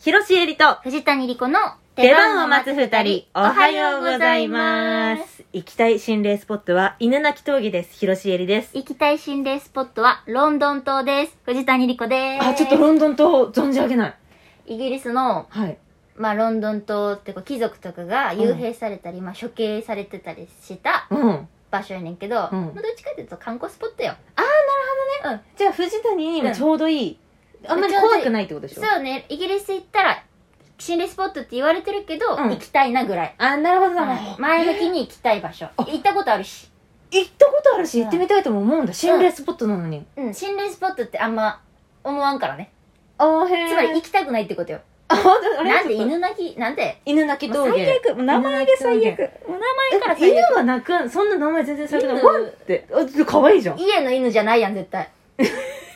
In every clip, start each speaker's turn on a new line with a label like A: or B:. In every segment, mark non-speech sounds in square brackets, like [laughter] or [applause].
A: 広瀬えりと、
B: 藤谷莉子の
A: 出番を待つ二人、おはようございます。行きたい心霊スポットは、稲垣峠です。広瀬えりです。
B: 行きたい心霊スポットはロンドン島です藤谷莉子です
A: あ、ちょっとロンドンと存じ上げない。
B: イギリスの、
A: はい。
B: まあ、ロンドン島ってこう貴族とかが
A: うん
B: 幽閉されたり、まあ、処刑されてたりした
A: うん。
B: 場所やねんけど、
A: うん
B: まあ、どっちかっていうと観光スポットよ
A: じゃあ、藤谷にも
B: うん
A: ちょうどいい。あんまり怖くないってことでしょ
B: そうねイギリス行ったら心霊スポットって言われてるけど、
A: うん
B: 行きたいなぐらい、
A: あ、なるほどなるほど。
B: はい前向きに行きたい場所
A: あ
B: 行ったことあるし
A: 行ったことあるし、行ってみたいとも思うんだ。心霊スポットなのに。
B: うん心霊スポットってあんま思わんからね
A: あへ
B: つまり行きたくないってことよ
A: あ、本当あれ
B: なんで犬鳴きなんで
A: 犬鳴き
B: もう
A: 峠。
B: 最悪もう名前で最
A: 犬鳴
B: 悪もう名前から最
A: 犬
B: 悪
A: は泣くんそんな名前全然最悪ない
B: 犬
A: わんってあ可愛いじゃん
B: 家の犬じゃないやん絶対
A: どこ [laughs]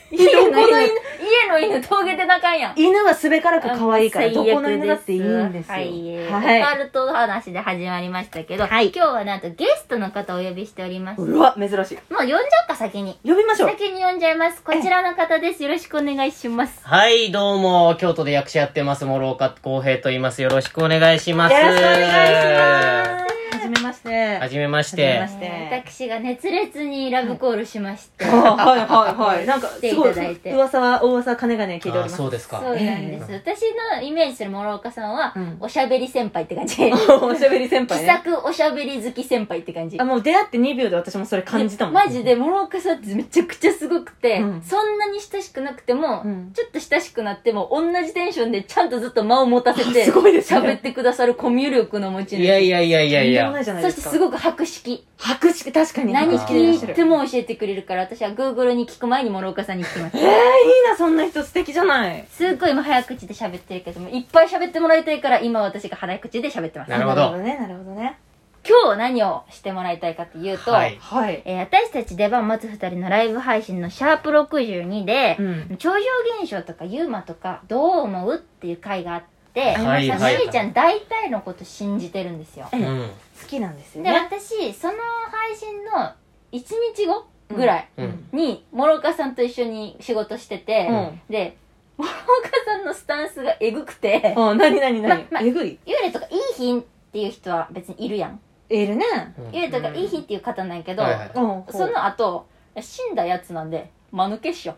A: の犬
B: 家の犬峠で泣かんやん
A: 犬はすべからく可愛いから
B: 最
A: ど
B: 悪
A: この犬だっていいんですよ
B: はい、
A: はい
B: オカルト話で始まりましたけど、
A: はい
B: 今日はなんとゲストの方をお呼びしておりますもう
A: うわ珍しい
B: 呼んじゃおうか先に
A: 呼びましょう
B: 先に呼んじゃいますこちらの方ですよろしくお願いします
C: はい、どうも、京都で役者やってます、諸岡浩平と言います。よろしくお願いします。
A: よろしくお願いしますはじめまして
C: はじめまし
A: は
C: て
A: じ。めまして
B: 私が熱烈にラブコールしまして、
A: はいはいはいはいなんかすご
B: 来ていただい
A: い
B: て
A: 噂は大噂金がね聞いており
C: あ、
A: ます
C: そうです
B: そ
C: か。
B: うなんです、
C: え
B: 私のイメージする諸岡さんは、
A: うん
B: おしゃべり先輩って
A: [laughs]
B: 感じ
A: おしゃべり先
B: 気
A: 輩
B: さ
A: ね
B: くおしゃべり好き先輩って感じ
A: あもう出会って2秒で私もそれ感じたもん
B: マジで諸岡さんってめちゃくちゃすごくて、
A: うん
B: そんなに親しくなくても、
A: うん
B: ちょっと親しくなっても同じテンションでちゃんとずっと間を持たせ
A: [laughs]
B: て
A: すごいです
B: 喋っ
A: ね
B: てくださるコミュ力の持ち主
C: いやいやいやいやい
A: とんでもな
C: や。
A: いじゃない
B: そ
A: で
B: して
A: すか
B: すごく博識
A: 白色確かに
B: 何
C: 博識でいらっし
B: 聞
C: ゃ
B: い
C: る
B: ても教えてくれるから私は Google に聞く前に諸岡さんに聞きまし
A: え
B: た
A: ー、いいなそんな人素敵じゃない
B: すっごい今早口で喋ってるけどもいっぱい喋ってもらいたいから今私が早口で喋ってます
C: なるほ
A: なる
C: ど
A: ほどねなるほどね
B: 今日何をしてもらいたいかというと、
C: はい
A: はい
B: えー私たち出番待つ2人のライブ配信の「シャープ #62」で、
A: うん
B: 超常現象とかユーマとかどう思うっていう回があって、
C: はい
B: まあ
C: はい
B: しーちゃん大体のこと信じてるんですよ
A: え
C: う
A: え好
C: ん。
A: きなんですよ
B: で
A: ね
B: 私その配信の1日後ぐらい
C: うん。
B: に諸岡さんと一緒に仕事してて、
A: うん
B: で諸岡さんのスタンスがえぐくて、
A: あ何何何
B: まま
A: えぐい
B: 幽霊とかいい日っていう人は別にいるやん
A: いるね
C: うん
B: 幽霊とかいい日っていう方なんやけど、
C: はいはい
A: うん
B: その後死んだやつなんで間抜けっしょ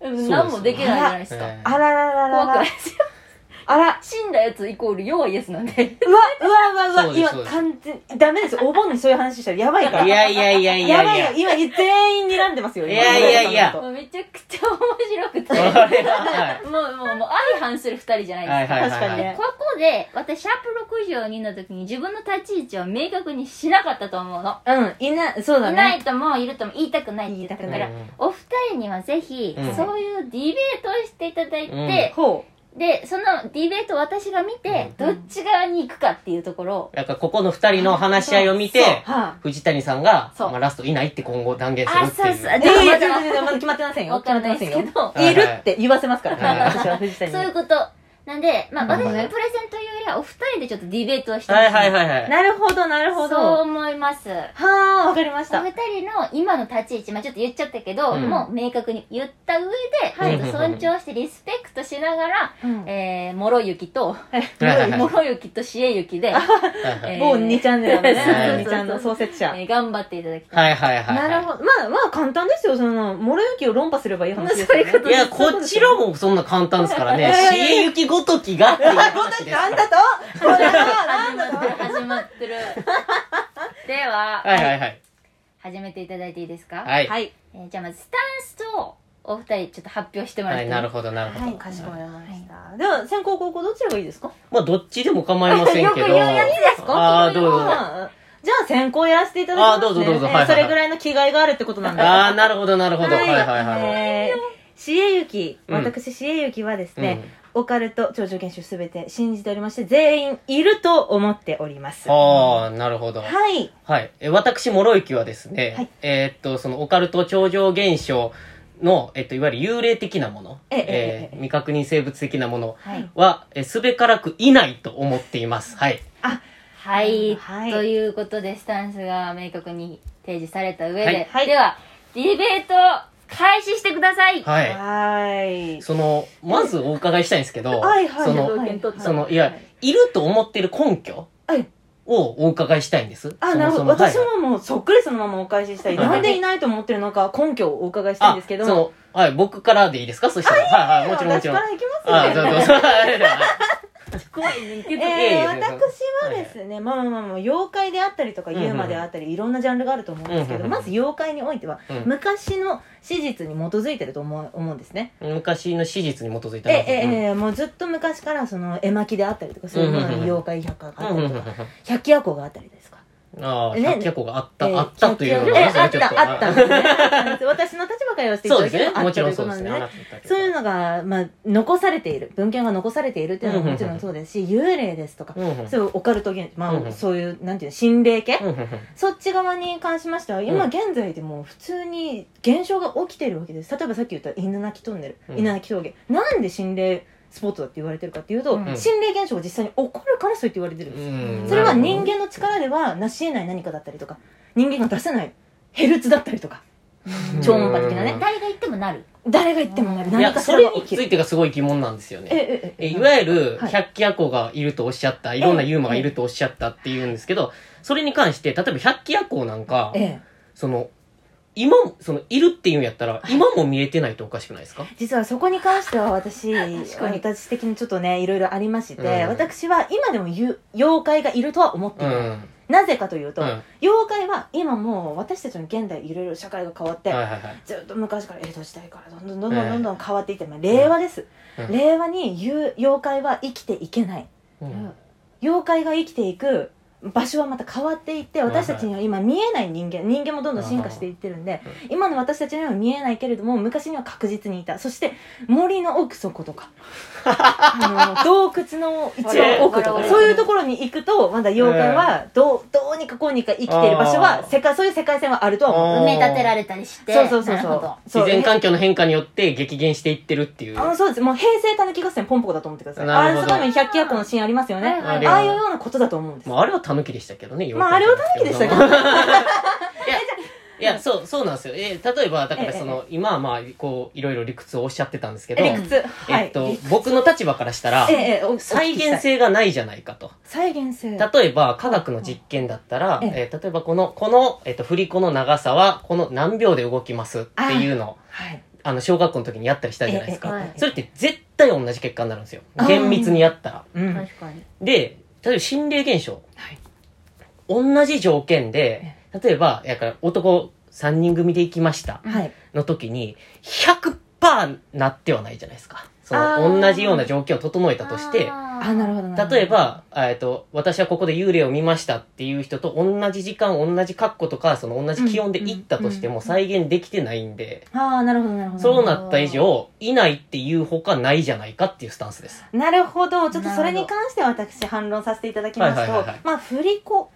C: す
B: 何もできないじゃないですか
C: ええ
A: あらららら
B: 怖くない
A: ら
B: ですよ
A: あら
B: 死んだやつイコール弱いやつなんで
A: うわうわうわう
C: そ
A: わ
C: うで
A: 今
C: すそうです
A: 完全ダメですよお盆にそういう話したらやばいから
C: いやいやいやい
A: やば
C: や
A: いよ
C: いや。
A: 今全員睨んでますよ今
C: いやいやいや
A: この
B: めちゃくちゃ面白くて
C: これはは
B: もうもうもう相反する二人じゃない
C: い
B: ですか、
C: はいはい
A: 確か
C: は
A: にね
C: い。
B: ここで私シャープ62の時に自分の立ち位置を明確にしなかったと思うの、
A: 人うんいないそうだ
B: いない
A: ね
B: ともいるとも言いたくないって言ったか
A: 言いた
B: ら
A: く
B: お二人にはぜひ、
C: うん
B: そういうディベートをしていただいて、
A: ほ
B: でそのディベートを私が見て、
A: うん
B: どっち側に行くかっていうところを
C: なんかここの二人の話し合いを見
A: う
C: て、
A: は
C: 藤谷さんが、
B: そう
C: まあラストいないって今後断言する
B: あ
C: って
B: そう
C: い
B: そう
C: う。
A: い
B: でも
A: いや
B: ま
A: いやいや
B: だ
A: いやまだ決まってませんよ
B: 分
A: 決ま
B: か
A: っ
B: ん
A: て
B: な
A: ませ
B: いで
A: ん
B: すけ
A: よ
B: ど
C: はい
A: いるって言わせますから
C: はい
A: 私は藤谷
B: そういう
A: に
B: ことなんで、まあ、
C: うん
B: 私のプレゼントよりはお二人でちょっとディベートをしてほし
C: はいはいはいはい。
A: なるほどなるほど
B: そう
A: は
B: 思います
A: あわかりまし
B: お
A: た
B: 二人の今の立ち位置、まあ、ちょっと言っちゃったけど、
C: うん
B: もう明確に言った上で、
C: はい
B: ちょっと尊重してリスペクトしながら、
A: うん
B: えー、もろゆきと、
C: はいはいはい
B: もろゆきとしえゆきで、
C: はいはい
B: えー
A: 某2チャンネルのね
C: そうそうそう
A: 2チャンの創設者
B: えー頑張っていただきたい。
C: はいはいはいはい。
A: なるほど。まあまあ簡単ですよ。その、もろゆきを論破すればいい話ですよ、ね。
B: そういうこと
C: いや、こちらもそんな簡単ですからね。しえゆきごときがっていう話ですか
A: なん
C: ら。
A: だとこれは、なんだと
B: 始まって
C: [laughs]
B: る。では、
C: はいはいはい。
B: 始めていただいていいですか、
C: はい。
A: はい。
B: えーじゃあまずスタンスとお二人ちょっと発表してもらっ
C: は
B: てい
C: い、
B: い
C: なるほど、なるほ
A: は
C: ど。
A: い、かしこまりました。では、先行後攻どちらがいいですか
C: まあ、どっちでも構いませんけど。
B: よく言うやつですか
C: ああ、どうぞどうぞ。あ
A: まあじゃあ先行やらせていただきます、ね。
C: あどうぞどうぞ
A: えー
C: はいはいはい
A: それぐらいの気概があるってことなんで。
C: あー、なるほど、なるほど。はいはいはい。
A: えー、しえゆき、
C: うん
A: 私しえゆきはですね、オカルト、超常現象すべて信じておりまして、全員いると思っております。は
C: ああ、なるほど。
A: い。
C: はい。え私、諸行はですね、
A: はい
C: えーっと、その、オカルト超常現象の、えっと、いわゆる幽霊的なもの、
A: ええええ
C: ー未確認生物的なもの
B: はい、
C: は、えすべからくいないと思っています。はい。
B: はい
A: はい
B: ということでスタンスが明確に提示された上で、
C: はい
A: はい
B: ではディベート開始してください
C: はい。
A: はい。
C: その、まずお伺いしたいんですけど、
A: はいはい
C: そ
A: あ
C: の、
A: はい
C: その、いや、いると思ってる根拠
A: はい
C: をお伺いしたいんです。
A: あ、
C: そ
A: なるほ
C: もそ
A: ど。
C: も
A: 私
C: はい
A: ももうそっくりそのままお返ししたい。
C: はい
A: なんでいないと思ってるのか根拠をお伺いしたいんですけど。
C: あその、はい、僕からでいいですかそしたら。はいはい、もちろんもちろん。
A: 私
C: あ
A: からいき
C: あ、
A: ます
C: そう
A: よ、ね。
C: そうそう。はいはい
B: 怖いね
A: え
B: けど
C: いえいえ
A: ー、私はですね、まあまあまあまあ、妖怪であったりとか、
C: うんうん
A: ユーマであったり、いろんなジャンルがあると思うんですけ
C: うんうん
A: ど、
C: うん
A: まず妖怪においては、 [laughs]
C: うん
A: 昔の史実に基づいてると思う思うんですね。
C: 昔の史実に基づいた
A: え
C: な
A: えええもうずっと昔からその絵巻であったりとかそういうものに妖怪百科があっ
C: うん
A: た
C: うん
A: り
C: うんう
A: と
C: ん
A: か百鬼夜行があったりですか
C: ああ、
A: ね
C: 百鬼夜行があった、
A: ええ
C: あったという
A: 百
C: の
A: 鬼夜
C: が、
A: 行えあっ
C: ちょと
A: たあったんですねあ
C: [laughs]
A: の私の立場から言わせていた
C: そう
A: だ
C: です
A: けれ
C: ね。
A: ばあ
C: も
A: った
C: ち
A: と
C: ろ
A: い
C: ん
A: うこ
C: そう
A: と
C: で
A: なん
C: す
A: で
C: ね。
A: ね
C: あなただけ
A: そういうのが、まあ、残されている文献が残されているっていうのはもちろんそうですし、幽霊ですとか、
C: うんうん
A: そういうオカルト現まあ、
C: うんうん
A: そういうなんていうの心霊系、
C: うんうんうん
A: そっち側に関しましては今現在でも普通に現象が起きてるわけです例えばさっき言った犬鳴トンネル、
C: うん
A: 犬鳴峠なんで心霊スポットだって言われてるかっていうと、
B: うん
A: 心霊現象が実際に起こるからそう言って言われてるんです、
C: うん
A: それは人
C: なる
A: 間の力では成し得ない何かだったりとか人間が出せないヘルツだったりとか
C: うん
A: 超音波的なね
B: 誰が言ってもなる
A: 誰が言ってもなる
C: ほどい
A: 何
C: や、
A: かし
C: そ
A: らが
C: れ
A: 起
C: に
A: き
C: つ
A: る
C: いてがすごい疑問なんですよね。
A: え
C: えいわゆる
A: はい
C: 百鬼夜行がいるとおっしゃった、いろんなユーマがいるとおっしゃったっていうんですけど、それに関して、例えば百鬼夜行なんか
A: え、え
C: その、今も、その、いるっていうんやったら、今も見えてないとおかしくないですか
A: 実はそこに関しては私
B: 確かに
A: 私的にちょっとねいろいろありまして、
C: うん
A: 私は今でもゆ妖怪がいるとは思って
C: う
A: い
C: ん。
A: ない、
C: うん。
A: なぜかというと、
C: はい
A: 妖怪は今もう私たちの現代いろいろ社会が変わって、
C: はいはい。
A: ずっと昔から江戸時代からどんどんどんどんどんどん変わっていって、まあ、令和です、
C: うん
A: 令和にゆ妖怪は生きていけない
C: うん
A: 妖怪が生きていく場所はまた変わっていって私たちには今見えない人間人間もどんどん進化していってるんで今の私たちには見えないけれども昔には確実にいたそして森の奥底とか [laughs] あの洞窟の一番奥と
B: 我
A: か
B: 々
A: そういうところに行くとまだ妖怪はどうどうにかこうにか生きている場所
C: あ
A: は
C: ー
A: 世界そういう世界線はあるとは思う
C: あー
B: 埋め立てられたりして
A: そうそうそう
B: なる
A: そ
B: ほ
A: う
B: ど
A: そう
C: 自然環境の変化によって激減していってるっていう。
A: あのそうですもう平成たぬき合戦ポンポコだと思ってください
C: な
A: あ
C: る
A: れ
C: ほ
A: そ
C: ど
A: こに百鬼夜行のシーンありますよね
B: は
A: あ
B: いはい
A: あいうようなことだと思うんです
C: まあ、あれは狸でしたけどね、
A: まああれは狸でしたけ
C: ど。
A: ど
C: [laughs] いや、そう、そうなんですよ。えー例えば、だからその、今はまあ、こう、いろいろ理屈をおっしゃってたんですけど、
A: 理屈は
C: え
A: い
C: っと、僕の立場からしたら
A: え、えええお
C: 再現性がないじゃないかと。
A: 再現性
C: 例えば、科学の実験だったら、
A: え
C: えー例えばこの、この、えっと、振り子の長さは、この何秒で動きますっていうのを、
A: はい
C: あの、小学校の時にやったりしたじゃないですか。
B: ええええ
C: それって絶対同じ結果になるんですよ
A: あ。ー
C: 厳密にやったら。
A: うん
B: 確かに
C: で、例えば心霊現象。
A: はい
C: 同じ条件で、例えば、やから男3人組で行きました
A: はい
C: の時に、100%なってはないじゃないですか。そ
A: あー
C: の、同じような条件を整えたとして、
B: あ
A: あなるほどなるほど
C: 例えば、えっと、私はここで幽霊を見ましたっていう人と同じ時間、同じ格好とか、その同じ気温で行ったとして
A: うんうん
C: も再現できてないんで、
A: ああなるほどなるほど
C: そうなった以上、いないっていうほかないじゃないかっていうスタンスです。
A: なるほどちょっとそれに関しては私反論させていただきますと、
C: はいはいはいはい
A: まあ振り子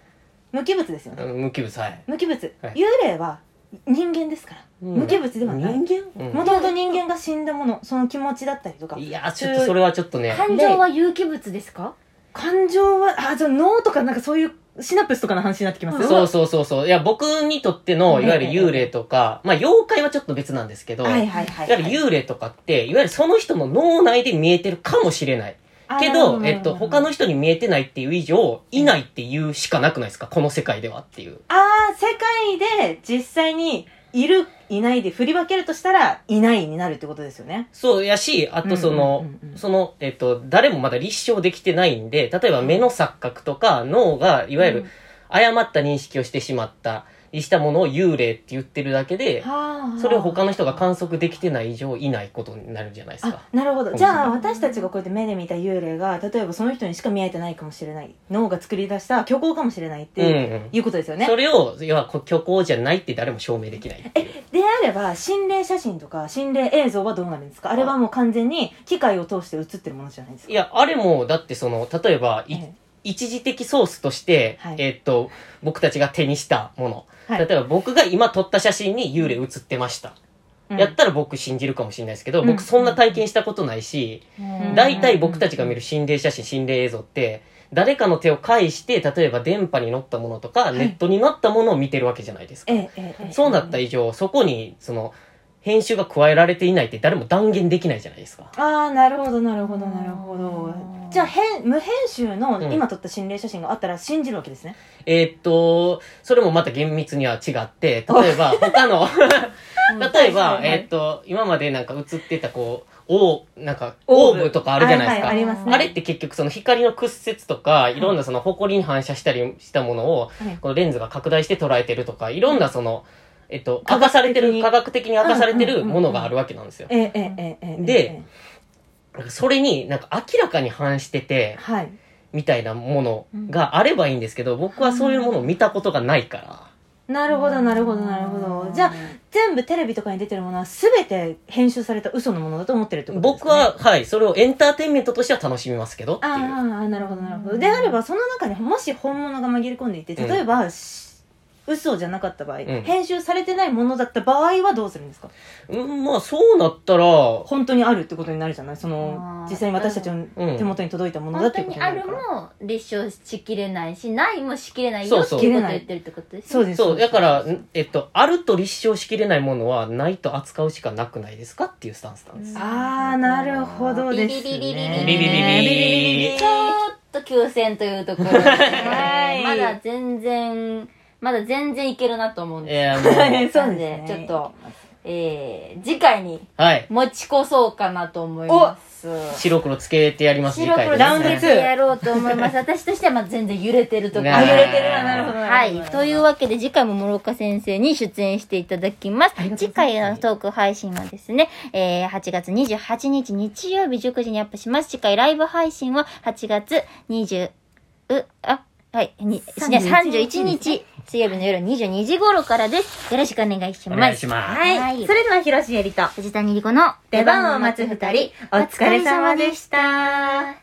A: 無機物ですよね、
C: うん無機物、はい。
A: 無機物、
C: はい
A: 幽霊は人間ですから無機物ではない
C: 人間うん
A: もともと人間が死んだものその気持ちだったりとか
C: いやー、ちょっとそれはちょっとね、
B: 感情は有機物ですか
A: 感情はあじゃあ脳とかなんかそういうシナプスとかの話になってきますよ
C: そうそうそうそう。いや、僕にとっての、いわゆる幽霊とか、まあ、妖怪はちょっと別なんですけど、
A: はい
C: い
A: はいはい、
C: わゆる幽霊とかって、いわゆるその人の脳内で見えてるかもしれない。けど、えっと、他の人に見えてないっていう以上、いないっていうしかなくないですかこの世界ではっていう。
A: ああ、世界で実際にいる、いないで振り分けるとしたら、いないになるってことですよね。
C: そうやし、あとそ
A: うん
C: の
A: うんうんう、ん
C: その、えっと、誰もまだ立証できてないんで、例えば目の錯覚とか、脳が、いわゆ
B: う
C: る
B: ん、
C: 誤った認識をしてしまった、したものを幽霊って言ってるだけで、それを他の人が観測できてない以上いないことになるじゃないですか
A: あ。なるほどじゃあ私たちがこうやって目で見た幽霊が例えばその人にしか見えてないかもしれない脳が作り出した虚構かもしれないっ
C: うん、
A: て
C: うん。
A: いうことですよね、
C: それを、要はこ虚構じゃないって誰も証明できないっていう。
A: であれば心霊写真とか心霊映像はどうなるんですかあれはもう完全に機械を通して映ってるものじゃないですか
C: いや、あれも、だってその、例えば、い
A: え
C: 一時的ソースとして、
A: はい
C: えーっと、僕たちが手にしたもの。
A: はい
C: 例えば僕が今撮った写真に幽霊写ってました。
A: え
C: やったら僕信じるかもしれないですけど、
A: うん
C: 僕そんな体験したことないし、
A: うん
C: 大体僕たちが見る心霊写真、心霊映像って、誰かの手を介して、例えば電波に乗ったものとか、
A: い
C: ネットになったものを見てるわけじゃないですか。
A: ええええええ
C: そうなった以上、そこに、その、編集が加えられていないって誰も断言できないじゃないですか。
A: ああなるほどなるほどなるほどじゃあ編無編集の
C: うん
A: 今撮った心霊写真があったら信じるわけですね、
C: えーっと、それもまた厳密には違って、例えば他の、例えば
A: は、いはいはい
C: えーっと、今までなんか映ってたこう、オー、なんか、
A: オ
C: オ
A: ーブ
C: ーブとかあるじゃない
A: は
C: ですか
A: いはい、。ありますね
C: あれって結局その光の屈折とか、いろんなその埃に反射したりしたものを
A: はい、
C: このレンズが拡大して捉えてるとか、いろんなその、えっと、
A: 科
C: 明
A: 学的に
C: かされてる、科学的に明かされて
A: うんうん
C: る
A: うんうん
C: ものがあるわけなんですよ。
A: ええええええ
C: でそれになんか明らかに反して
A: ええ
C: て、
A: はい
C: みたいなものがあればいいんですけど、僕はそういうものを見たことがないから。
A: なるほどなるほどなるほどじゃあ全部テレビとかに出てるものは全て編集された嘘のものだと思ってるってことです
C: 僕
A: か、ね、
C: は、はい、それをエンターテインメントとしては楽しみますけどって
A: あ
C: いう。
A: あああなるほどなるほどであればその中にもし本物が紛れ込んでいて例えば、し嘘じゃなかった場合、
C: ん
A: 編集されてないものだった場合はどうするんですか
C: うん、まあそうなったら、
A: 本当にあるってことになるじゃないそ
B: あ
A: の
B: ー
A: 実際に私たちの
C: うん
A: 手元に届いたものだっ
B: 本
A: て
B: 当
A: いうこ
B: に
A: とに
B: あ
A: なる
B: る
A: から、
B: も立証しきれないしないもしきれないよ
C: そう
B: って
C: そう
B: いうことを言ってるってことです
A: そう
B: ね
A: です
C: そう、
A: です
C: だから、んえっと、あると立証しきれないものは、ないと扱うしかなくないですかっていうスタンスなんです。
A: あーなるほどですね
B: ビリビリビリ
C: ビ
A: ビ
C: リビリビリ
A: リビリビリ
B: ちょっと休戦というところで、
A: はい
B: まだ全然まだ全然いけるなと思うんで
C: えー、も
A: そ
B: す、
C: う、
A: う
B: な
A: で
B: ん
A: すね
B: でちょっと、えー、次回に
C: はい。
B: 持ち越そうかなと思います
C: 白黒つけてやります、次
B: 白
C: 回
B: 黒
C: で
A: ラ
C: す
A: ウンド
B: で
A: ツ
C: ね。
A: ー
B: やろうと思います私としてはまあ全然揺れてるところ
C: ね
A: あ揺れてるななるほどな
B: は
A: るほど
B: い。というわけで、次回も諸岡先生に出演していただきます。次回のトーク配信はですね、えー8月28日日曜日19時にアップします。次回ライブ配信は8月20、う、あ、はい、に、
A: 31
B: 31日、水曜日の夜22時頃からです。よろしくお願いします。
C: お願いします
B: はい。それ
A: れでは広瀬えりと
B: 藤谷莉子の。
A: 出番を待つ二人お疲れ様でした